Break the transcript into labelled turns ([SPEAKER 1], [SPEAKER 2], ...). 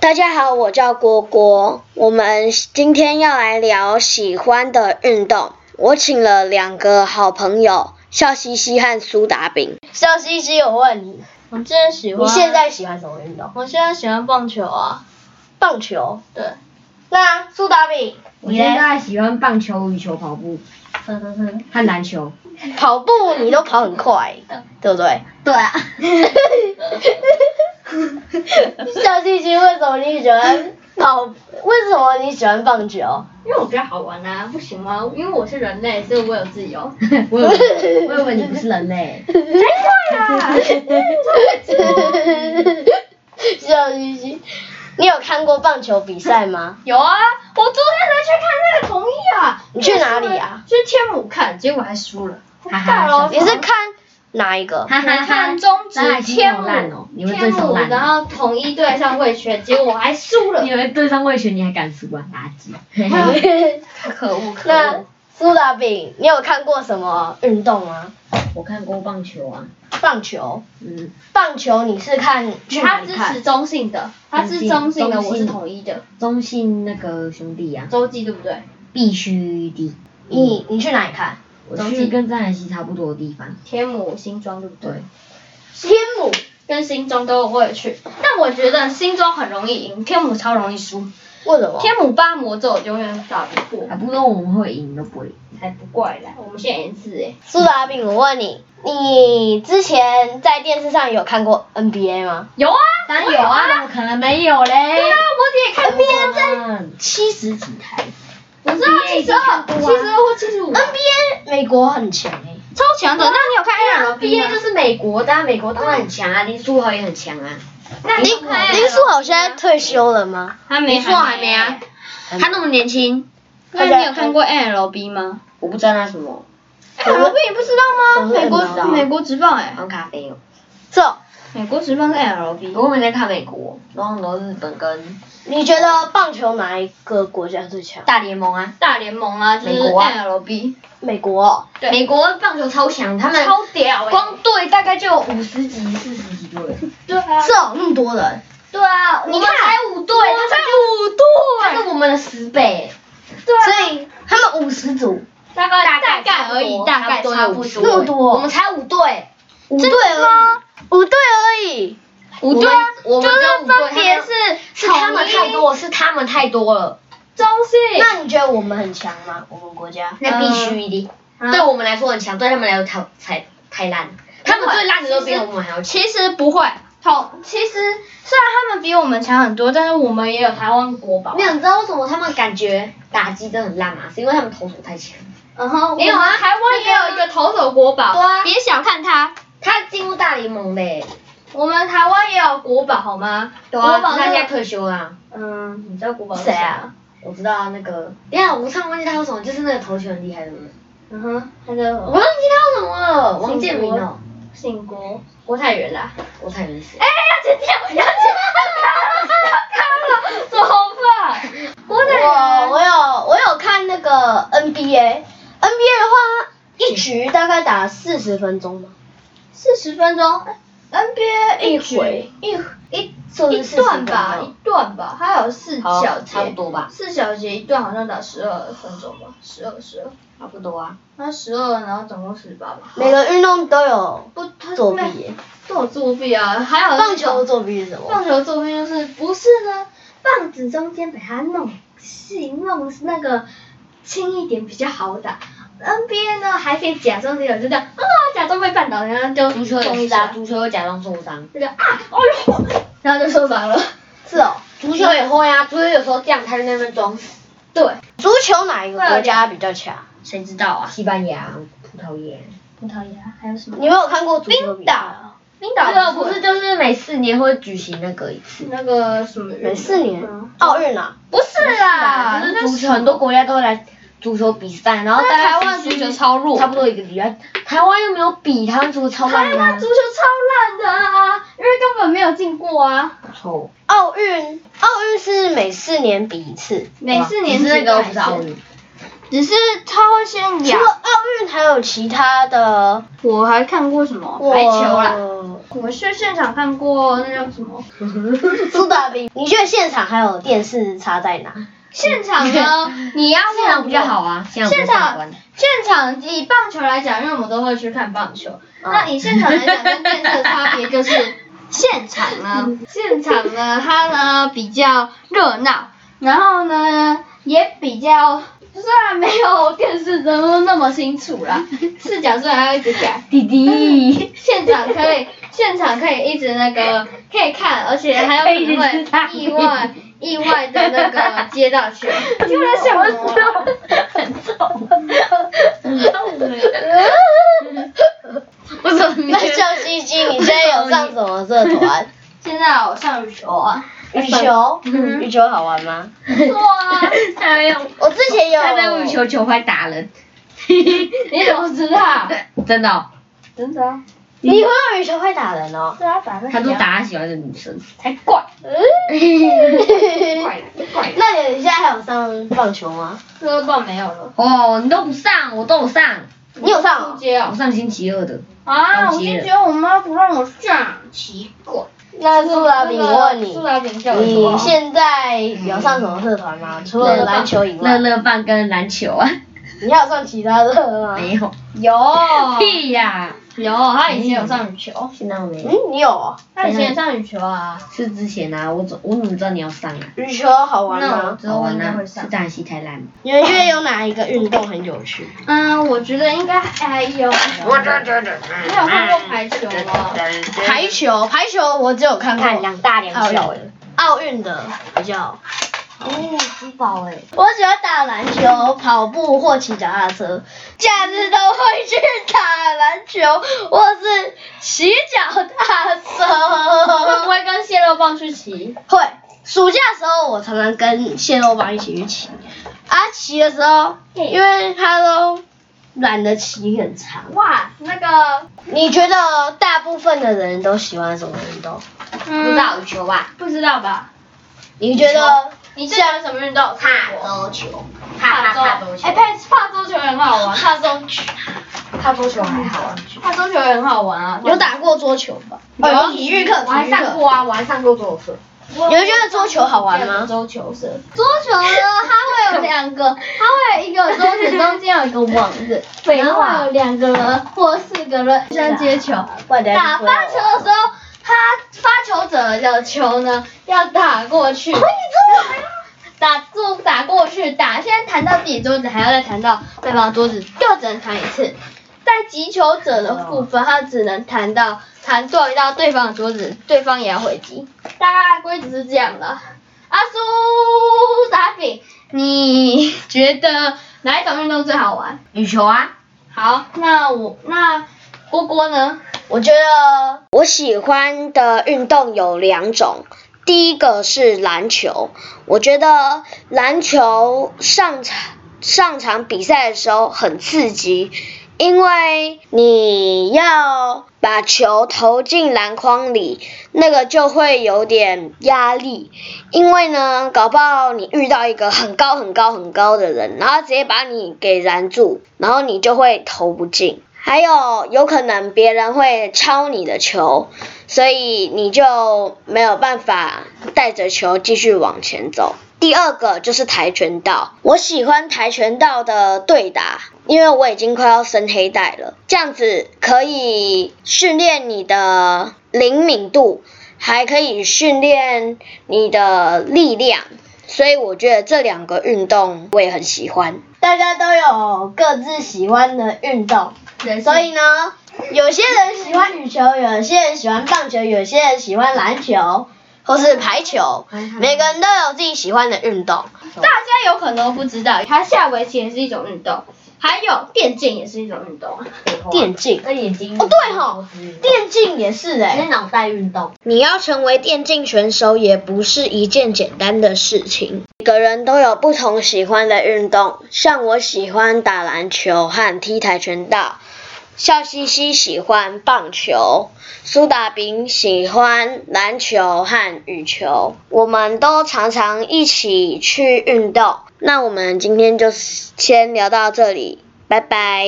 [SPEAKER 1] 大家好，我叫郭郭，我们今天要来聊喜欢的运动。我请了两个好朋友，笑嘻嘻和苏打饼。
[SPEAKER 2] 笑嘻嘻，我问你，
[SPEAKER 3] 我最近喜欢，
[SPEAKER 2] 你现在喜欢什么运动？
[SPEAKER 3] 我现在喜欢棒球啊，
[SPEAKER 2] 棒球。
[SPEAKER 3] 对，
[SPEAKER 2] 那苏打饼，
[SPEAKER 4] 我现在喜欢棒球、羽球、跑步
[SPEAKER 3] 呵呵呵，
[SPEAKER 4] 和篮球。
[SPEAKER 2] 跑步你都跑很快，对不对？
[SPEAKER 4] 对啊，
[SPEAKER 2] 笑嘻嘻，为什么你喜欢跑？为什么你喜欢棒 球？
[SPEAKER 3] 因为我觉得好玩啊，不行吗？因为我是人类，所以我有自由。
[SPEAKER 4] 我以为我以为你不是人类，
[SPEAKER 2] 笑嘻嘻，你有看过棒球比赛吗？
[SPEAKER 3] 有啊，我昨天才去看那个同意啊。
[SPEAKER 2] 你去哪里啊？
[SPEAKER 3] 去天母看，结果还输了。
[SPEAKER 4] 哈哈
[SPEAKER 3] 糟了
[SPEAKER 2] 你是看哪一个？
[SPEAKER 4] 哈哈哈
[SPEAKER 3] 看。中
[SPEAKER 4] 那还
[SPEAKER 3] 职
[SPEAKER 4] 是
[SPEAKER 3] 哦天
[SPEAKER 4] 好
[SPEAKER 3] 母
[SPEAKER 4] 烂哦你们
[SPEAKER 3] 天
[SPEAKER 4] 真是好
[SPEAKER 3] 母，
[SPEAKER 4] 烂
[SPEAKER 3] 然后统一对上魏权，结果我还输了
[SPEAKER 4] 你。以为对上魏权你还敢输啊？垃圾！
[SPEAKER 3] 可恶可
[SPEAKER 2] 那
[SPEAKER 3] 恶！
[SPEAKER 2] 苏打饼，你有看过什么运动吗？
[SPEAKER 4] 我看过棒球啊，
[SPEAKER 2] 棒球，
[SPEAKER 4] 嗯，
[SPEAKER 2] 棒球你是看去哪
[SPEAKER 3] 他
[SPEAKER 2] 里
[SPEAKER 3] 支
[SPEAKER 2] 看
[SPEAKER 3] 持？中性的，他是中性的，我是统一的。
[SPEAKER 4] 中信那个兄弟啊，
[SPEAKER 3] 周记对不对？
[SPEAKER 4] 必须的。
[SPEAKER 2] 你你去哪里看？
[SPEAKER 4] 我
[SPEAKER 3] 中
[SPEAKER 4] 去
[SPEAKER 3] 信
[SPEAKER 4] 跟张海熙差不多的地方。
[SPEAKER 3] 天母新庄对不对？
[SPEAKER 4] 对，
[SPEAKER 2] 天母，
[SPEAKER 3] 跟新庄都有我也去，但我觉得新庄很容易赢，天母超容易输。
[SPEAKER 2] 为什么？
[SPEAKER 3] 天母八魔咒永远打不过
[SPEAKER 4] 还，啊不如我们会赢都不会赢。
[SPEAKER 3] 才不怪啦。我们现在也是哎，
[SPEAKER 2] 苏打饼，我问你，你之前在电视上有看过 NBA 吗？
[SPEAKER 3] 有啊，
[SPEAKER 4] 当然有啊，怎么可能没有 嘞？
[SPEAKER 3] 对啊，我也看过。啊
[SPEAKER 4] 真七十几台，
[SPEAKER 3] 我知道七十二、啊七十二或七十五。啊
[SPEAKER 2] NBA 美国很强欸诶、
[SPEAKER 3] 超强的，那你有看 NBA 就是
[SPEAKER 4] 美国的啊，美国当然很强啊，林书豪也很强啊。
[SPEAKER 3] 那
[SPEAKER 2] 林林书豪现在退休了吗？
[SPEAKER 3] 还没错还没啊，他那么年轻。那你有看过 MLB 吗
[SPEAKER 4] 我不知道那什么
[SPEAKER 3] ？MLB 你不知道吗？
[SPEAKER 4] 我
[SPEAKER 3] 美
[SPEAKER 4] 不知
[SPEAKER 3] 国
[SPEAKER 4] 道
[SPEAKER 3] 美国职棒哎，
[SPEAKER 4] 玩咖啡哦，
[SPEAKER 2] 这，
[SPEAKER 3] 美国职棒是 MLB。
[SPEAKER 4] 我每天看美国，然后很多日本跟
[SPEAKER 2] 你觉得棒球哪一个国家最强？
[SPEAKER 4] 大联盟啊，
[SPEAKER 3] 大联盟啊，就是
[SPEAKER 4] 美国啊
[SPEAKER 3] MLB，、
[SPEAKER 2] 美国、哦。
[SPEAKER 3] 对
[SPEAKER 4] 美国棒球超强，他们
[SPEAKER 3] 超屌、欸，
[SPEAKER 4] 光队大概就有五十几、四十几队，
[SPEAKER 3] 对啊，
[SPEAKER 2] 这
[SPEAKER 4] 哦
[SPEAKER 2] 有那么多人，
[SPEAKER 3] 对啊，
[SPEAKER 4] 你
[SPEAKER 3] 我们
[SPEAKER 4] 看
[SPEAKER 3] 才五队，
[SPEAKER 4] 我们才
[SPEAKER 3] 五队，
[SPEAKER 4] 这是我们的十倍，
[SPEAKER 3] 对啊，
[SPEAKER 2] 所以他们五十组，
[SPEAKER 3] 大概大
[SPEAKER 4] 差
[SPEAKER 3] 概
[SPEAKER 4] 不
[SPEAKER 3] 而已，
[SPEAKER 4] 多
[SPEAKER 3] 大概
[SPEAKER 4] 差
[SPEAKER 3] 差
[SPEAKER 4] 不
[SPEAKER 3] 不多，
[SPEAKER 4] 多
[SPEAKER 2] 那么多
[SPEAKER 4] 我们才五队，
[SPEAKER 2] 五队而已，五队而已。
[SPEAKER 3] 五队啊，
[SPEAKER 4] 我们
[SPEAKER 3] 就
[SPEAKER 4] 我们只有
[SPEAKER 3] 是
[SPEAKER 4] 五队
[SPEAKER 3] 分别是
[SPEAKER 4] 是他
[SPEAKER 3] 统
[SPEAKER 4] 们
[SPEAKER 3] 一
[SPEAKER 4] 太多，是他们太多了，
[SPEAKER 3] 中信，
[SPEAKER 2] 那你觉得我们很强吗？我们国家？
[SPEAKER 4] 那必须的，
[SPEAKER 3] 嗯
[SPEAKER 4] 对我们来说很强，对他们来说太太太烂了，他们最烂的都比我们还要强。
[SPEAKER 3] 其实不会，同其实虽然他们比我们强很多，但是我们也有台湾国宝
[SPEAKER 4] 没，有，你知道为什么他们感觉打击真的很烂吗？是因为他们投手太强。
[SPEAKER 3] 嗯哼，
[SPEAKER 4] 没有啊
[SPEAKER 3] 我们台湾也有一个投手国宝，
[SPEAKER 4] 对啊
[SPEAKER 3] 别小看他，
[SPEAKER 4] 他进入大联盟嘞，
[SPEAKER 3] 我们台湾也有国宝好吗？
[SPEAKER 4] 对啊，
[SPEAKER 3] 国
[SPEAKER 4] 可
[SPEAKER 3] 宝
[SPEAKER 4] 是他现
[SPEAKER 3] 那
[SPEAKER 4] 在
[SPEAKER 3] 个
[SPEAKER 4] 退休啦。
[SPEAKER 3] 嗯，你知道国宝是
[SPEAKER 2] 谁啊？
[SPEAKER 4] 我知道啊那个，等一下我唱忘记他叫什么，就是那个投球很厉害的人，
[SPEAKER 3] 嗯哼，他叫什么
[SPEAKER 4] 我忘记他叫什么了，王建民哦，
[SPEAKER 3] 姓郭，郭啊太原啦。
[SPEAKER 4] 我才认识
[SPEAKER 3] 哎。，要剪掉，要剪掉，要剪掉，怎么办？郭啊
[SPEAKER 2] 我
[SPEAKER 3] 太原，
[SPEAKER 2] 我有我有看那个 NBA，NBA 的话，一局大概打四十分钟嘛，
[SPEAKER 3] 四十分钟，NBA
[SPEAKER 2] 一
[SPEAKER 3] 局
[SPEAKER 2] 回
[SPEAKER 3] 一一
[SPEAKER 2] 是不是
[SPEAKER 3] 一段吧
[SPEAKER 2] 40分，钟
[SPEAKER 3] 一段吧，它有四
[SPEAKER 4] 好
[SPEAKER 3] 小节，
[SPEAKER 4] 差不多吧
[SPEAKER 3] 四小节一段好像打十二分钟吧，十二十二，
[SPEAKER 4] 差不多啊。
[SPEAKER 3] 那十二然后总共十八吧。
[SPEAKER 2] 每个运动都有
[SPEAKER 3] 不，它
[SPEAKER 2] 作弊
[SPEAKER 3] 没
[SPEAKER 2] 耶。
[SPEAKER 3] 都有作弊啊，还有
[SPEAKER 2] 棒球作弊是什么？
[SPEAKER 3] 棒球作弊就是不是呢？棒子中间把它弄细，弄那个轻一点比较好打。NBA 呢还可以假装有就这样啊，假装被绊倒，然后就
[SPEAKER 4] 足球
[SPEAKER 3] 中
[SPEAKER 4] 也
[SPEAKER 3] 一
[SPEAKER 4] 是啊，
[SPEAKER 3] 下，
[SPEAKER 4] 足球有假装受伤。
[SPEAKER 3] 就这样啊，哎呦，然后就受伤了。
[SPEAKER 2] 是哦，
[SPEAKER 4] 足球也会啊，足球有时候这样，他在那边装死。
[SPEAKER 3] 对，
[SPEAKER 2] 足球哪一个国家比较强？
[SPEAKER 3] 谁知道啊？
[SPEAKER 4] 西班牙、葡萄牙，
[SPEAKER 3] 葡萄牙还有什么？
[SPEAKER 2] 你没有看过足球比赛啊？
[SPEAKER 3] 冰
[SPEAKER 4] 这
[SPEAKER 3] 岛
[SPEAKER 4] 个不是就是每四年会举行那个一次？
[SPEAKER 3] 那个什么运动？
[SPEAKER 2] 每四年
[SPEAKER 3] 嗯
[SPEAKER 2] 奥运啊，
[SPEAKER 3] 不是啦，
[SPEAKER 4] 就是
[SPEAKER 3] 那
[SPEAKER 4] 足球很多国家都会来足球比赛，然后大
[SPEAKER 3] 但
[SPEAKER 4] 概
[SPEAKER 3] 台湾足球超弱，
[SPEAKER 4] 差不多一个礼拜，台湾又没有比，台湾足球超烂
[SPEAKER 3] 台
[SPEAKER 4] 的、啊
[SPEAKER 3] 哎湾足。球超烂的啊，因为根本没有进过啊。
[SPEAKER 4] 不错，
[SPEAKER 2] 奥运奥运是每四年比一次，
[SPEAKER 3] 每四年
[SPEAKER 4] 只是那
[SPEAKER 3] 进
[SPEAKER 4] 个
[SPEAKER 3] 过
[SPEAKER 4] 不
[SPEAKER 3] 一
[SPEAKER 4] 是
[SPEAKER 3] 次
[SPEAKER 4] 奥运，
[SPEAKER 3] 只是他会先
[SPEAKER 2] 除
[SPEAKER 3] 养。
[SPEAKER 2] 了奥运还有其他的
[SPEAKER 3] 我还看过什么
[SPEAKER 2] 我
[SPEAKER 1] 啊
[SPEAKER 3] 排球啦，我去现场看过那叫什么？
[SPEAKER 2] 苏打饼，你觉得现场还有电视差在 哪？
[SPEAKER 3] 现场呢，你要问
[SPEAKER 4] 现场比较好啊，现场比
[SPEAKER 3] 现
[SPEAKER 4] 较壮
[SPEAKER 3] 场
[SPEAKER 4] 观。
[SPEAKER 3] 现场以棒球来讲，因为我们都会去看棒球。
[SPEAKER 4] 哦
[SPEAKER 3] 那以现场来讲，跟电视的差别 就是现场呢，
[SPEAKER 4] 嗯
[SPEAKER 3] 现场呢，它呢比较热闹，然后呢也比较。虽然没有电视中那么清楚啦， 视角虽然要一直改，
[SPEAKER 4] 弟弟，
[SPEAKER 3] 现场可以，现场可以一直那个可以看，而且还有可能会意外意外的那个接到球。
[SPEAKER 4] 你们什么时候？很重，很重哎！ 我怎么没
[SPEAKER 2] 那笑嘻嘻，你现在有上什么 社团？
[SPEAKER 3] 现在我上羽球啊，
[SPEAKER 2] 羽球，羽球好玩吗？
[SPEAKER 3] 不错啊，
[SPEAKER 4] 他没有，
[SPEAKER 2] 嗯我之前有，
[SPEAKER 4] 他在羽球球拍打人，
[SPEAKER 3] 你怎么知道？
[SPEAKER 4] 真的哦，
[SPEAKER 3] 真的啊，
[SPEAKER 2] 你会用羽球会打人哦。
[SPEAKER 3] 是啊他打的。
[SPEAKER 4] 他都打他喜欢的女生，才怪，怪怪。
[SPEAKER 2] 那你现在还有上棒球吗？
[SPEAKER 3] 这个棒没有了。
[SPEAKER 4] 哦，你都不上，我都有上，
[SPEAKER 2] 你有上哦？
[SPEAKER 3] 接
[SPEAKER 4] 我上星期二的，
[SPEAKER 3] 啊！
[SPEAKER 4] 忘
[SPEAKER 3] 我
[SPEAKER 4] 记
[SPEAKER 3] 就
[SPEAKER 4] 了
[SPEAKER 3] 觉得我妈不让我上，奇怪。
[SPEAKER 2] 那苏打
[SPEAKER 4] 啊
[SPEAKER 2] 饼，我问
[SPEAKER 3] 苏
[SPEAKER 2] 你，
[SPEAKER 3] 打饼叫我什
[SPEAKER 2] 你
[SPEAKER 3] 么？
[SPEAKER 2] 嗯现在有上什么社
[SPEAKER 1] 啊
[SPEAKER 2] 团吗？除了篮球以
[SPEAKER 4] 乐
[SPEAKER 2] 外，
[SPEAKER 4] 乐棒跟篮球啊，
[SPEAKER 2] 你还有上其他的吗？
[SPEAKER 4] 没有，
[SPEAKER 3] 有
[SPEAKER 4] 屁呀，
[SPEAKER 3] 有，他以前有上羽球，
[SPEAKER 4] 现在没有。
[SPEAKER 2] 嗯，你有哦。
[SPEAKER 3] 他以前有上羽球啊。
[SPEAKER 4] 是之前啊，我怎我怎么知道你要上啊？
[SPEAKER 2] 羽球好玩
[SPEAKER 3] 那我
[SPEAKER 2] 吗？
[SPEAKER 3] 之后应该
[SPEAKER 4] 啊，
[SPEAKER 3] 会
[SPEAKER 4] 是
[SPEAKER 3] 上。
[SPEAKER 4] 大西太烂了。
[SPEAKER 2] 你们觉得有哪一个运动很有趣？
[SPEAKER 3] 嗯，我觉得应该还有。你有看过排球啊吗？
[SPEAKER 2] 排球，排球我只有看
[SPEAKER 4] 看
[SPEAKER 2] 过
[SPEAKER 4] 两大两
[SPEAKER 2] 奥
[SPEAKER 4] 小
[SPEAKER 2] 运，奥运的比较。
[SPEAKER 4] 哦，珠宝哎，
[SPEAKER 2] 我喜欢打篮球、跑步或骑脚踏车，假日都会去打篮球或是 骑脚踏
[SPEAKER 3] 会不
[SPEAKER 2] 车。
[SPEAKER 3] 会跟蟹肉棒去骑？
[SPEAKER 2] 会，暑假的时候我常常跟蟹肉帮一起去骑，啊，骑的时候，因为他都懒得骑很长。
[SPEAKER 3] 哇，那个
[SPEAKER 2] 你觉得大部分的人都喜欢什么运动？
[SPEAKER 4] 不
[SPEAKER 3] 嗯
[SPEAKER 4] 知道羽球吧？
[SPEAKER 3] 不知道吧？
[SPEAKER 2] 你觉得
[SPEAKER 3] 你最喜欢什么运动？
[SPEAKER 4] 怕桌球，怕
[SPEAKER 3] 怕
[SPEAKER 4] 怕怕桌球
[SPEAKER 3] 哎，。怕怕桌球很好玩，怕桌
[SPEAKER 4] 怕桌球还好啊。
[SPEAKER 3] 怕桌球也很好玩啊。
[SPEAKER 2] 有打过桌球吧？
[SPEAKER 3] 有啊
[SPEAKER 2] 哦体育课，
[SPEAKER 4] 我还
[SPEAKER 2] 体育
[SPEAKER 4] 上
[SPEAKER 2] 课。
[SPEAKER 4] 过啊，我还上过桌游课。
[SPEAKER 2] 你们觉得桌球好玩吗？
[SPEAKER 3] 桌球是桌球呢，它会有两个，它会有一个桌子，中间有一个网子，
[SPEAKER 2] 废
[SPEAKER 3] 然后
[SPEAKER 2] 话
[SPEAKER 3] 会有两个人或四个人互相接球。打
[SPEAKER 2] 打
[SPEAKER 3] 发球的时候，他发球者的球呢要打过去，
[SPEAKER 4] 哦
[SPEAKER 3] 打住打过去打，先弹到自己桌子，还要再弹到对方桌子，又只能弹一次。在击球者的
[SPEAKER 4] 哦
[SPEAKER 3] 部分，他只能弹到弹撞到对方的桌子，对方也要回击。大概规则是这样的。阿苏打饼，你 觉得哪一种运动最好玩？
[SPEAKER 4] 羽球啊，
[SPEAKER 3] 好，那我那郭郭呢？
[SPEAKER 2] 我觉得
[SPEAKER 1] 我喜欢的运动有两种，第一个是篮球，我觉得篮球上场上场比赛的时候很刺激，因为你要把球投进篮筐里，那个就会有点压力，因为呢，搞不好你遇到一个很高很高很高的人，然后直接把你给拦住，然后你就会投不进。还有有可能别人会抄你的球，所以你就没有办法带着球继续往前走。第二个就是跆拳道，我喜欢跆拳道的对打，因为我已经快要升黑带了，这样子可以训练你的灵敏度，还可以训练你的力量，所以我觉得这两个运动我也很喜欢。
[SPEAKER 2] 大家都有各自喜欢的运动，所以呢，有些人喜欢羽球，有些人喜欢棒球，有些人喜欢篮球或是排球，每个人都有自己喜欢的运动。
[SPEAKER 3] 大家有可能不知道，它下围棋也是一种运动，还有电竞也是一种运动啊。
[SPEAKER 2] 电竞，
[SPEAKER 4] 那眼睛
[SPEAKER 2] 哦对吼，电竞也是哎、
[SPEAKER 4] 脑袋运动。
[SPEAKER 1] 你要成为电竞选手也不是一件简单的事情。每个人都有不同喜欢的运动，像我喜欢打篮球和踢跆拳道，笑嘻嘻喜欢棒球，苏打饼喜欢篮球和羽球。我们都常常一起去运动。那我们今天就先聊到这里，拜拜。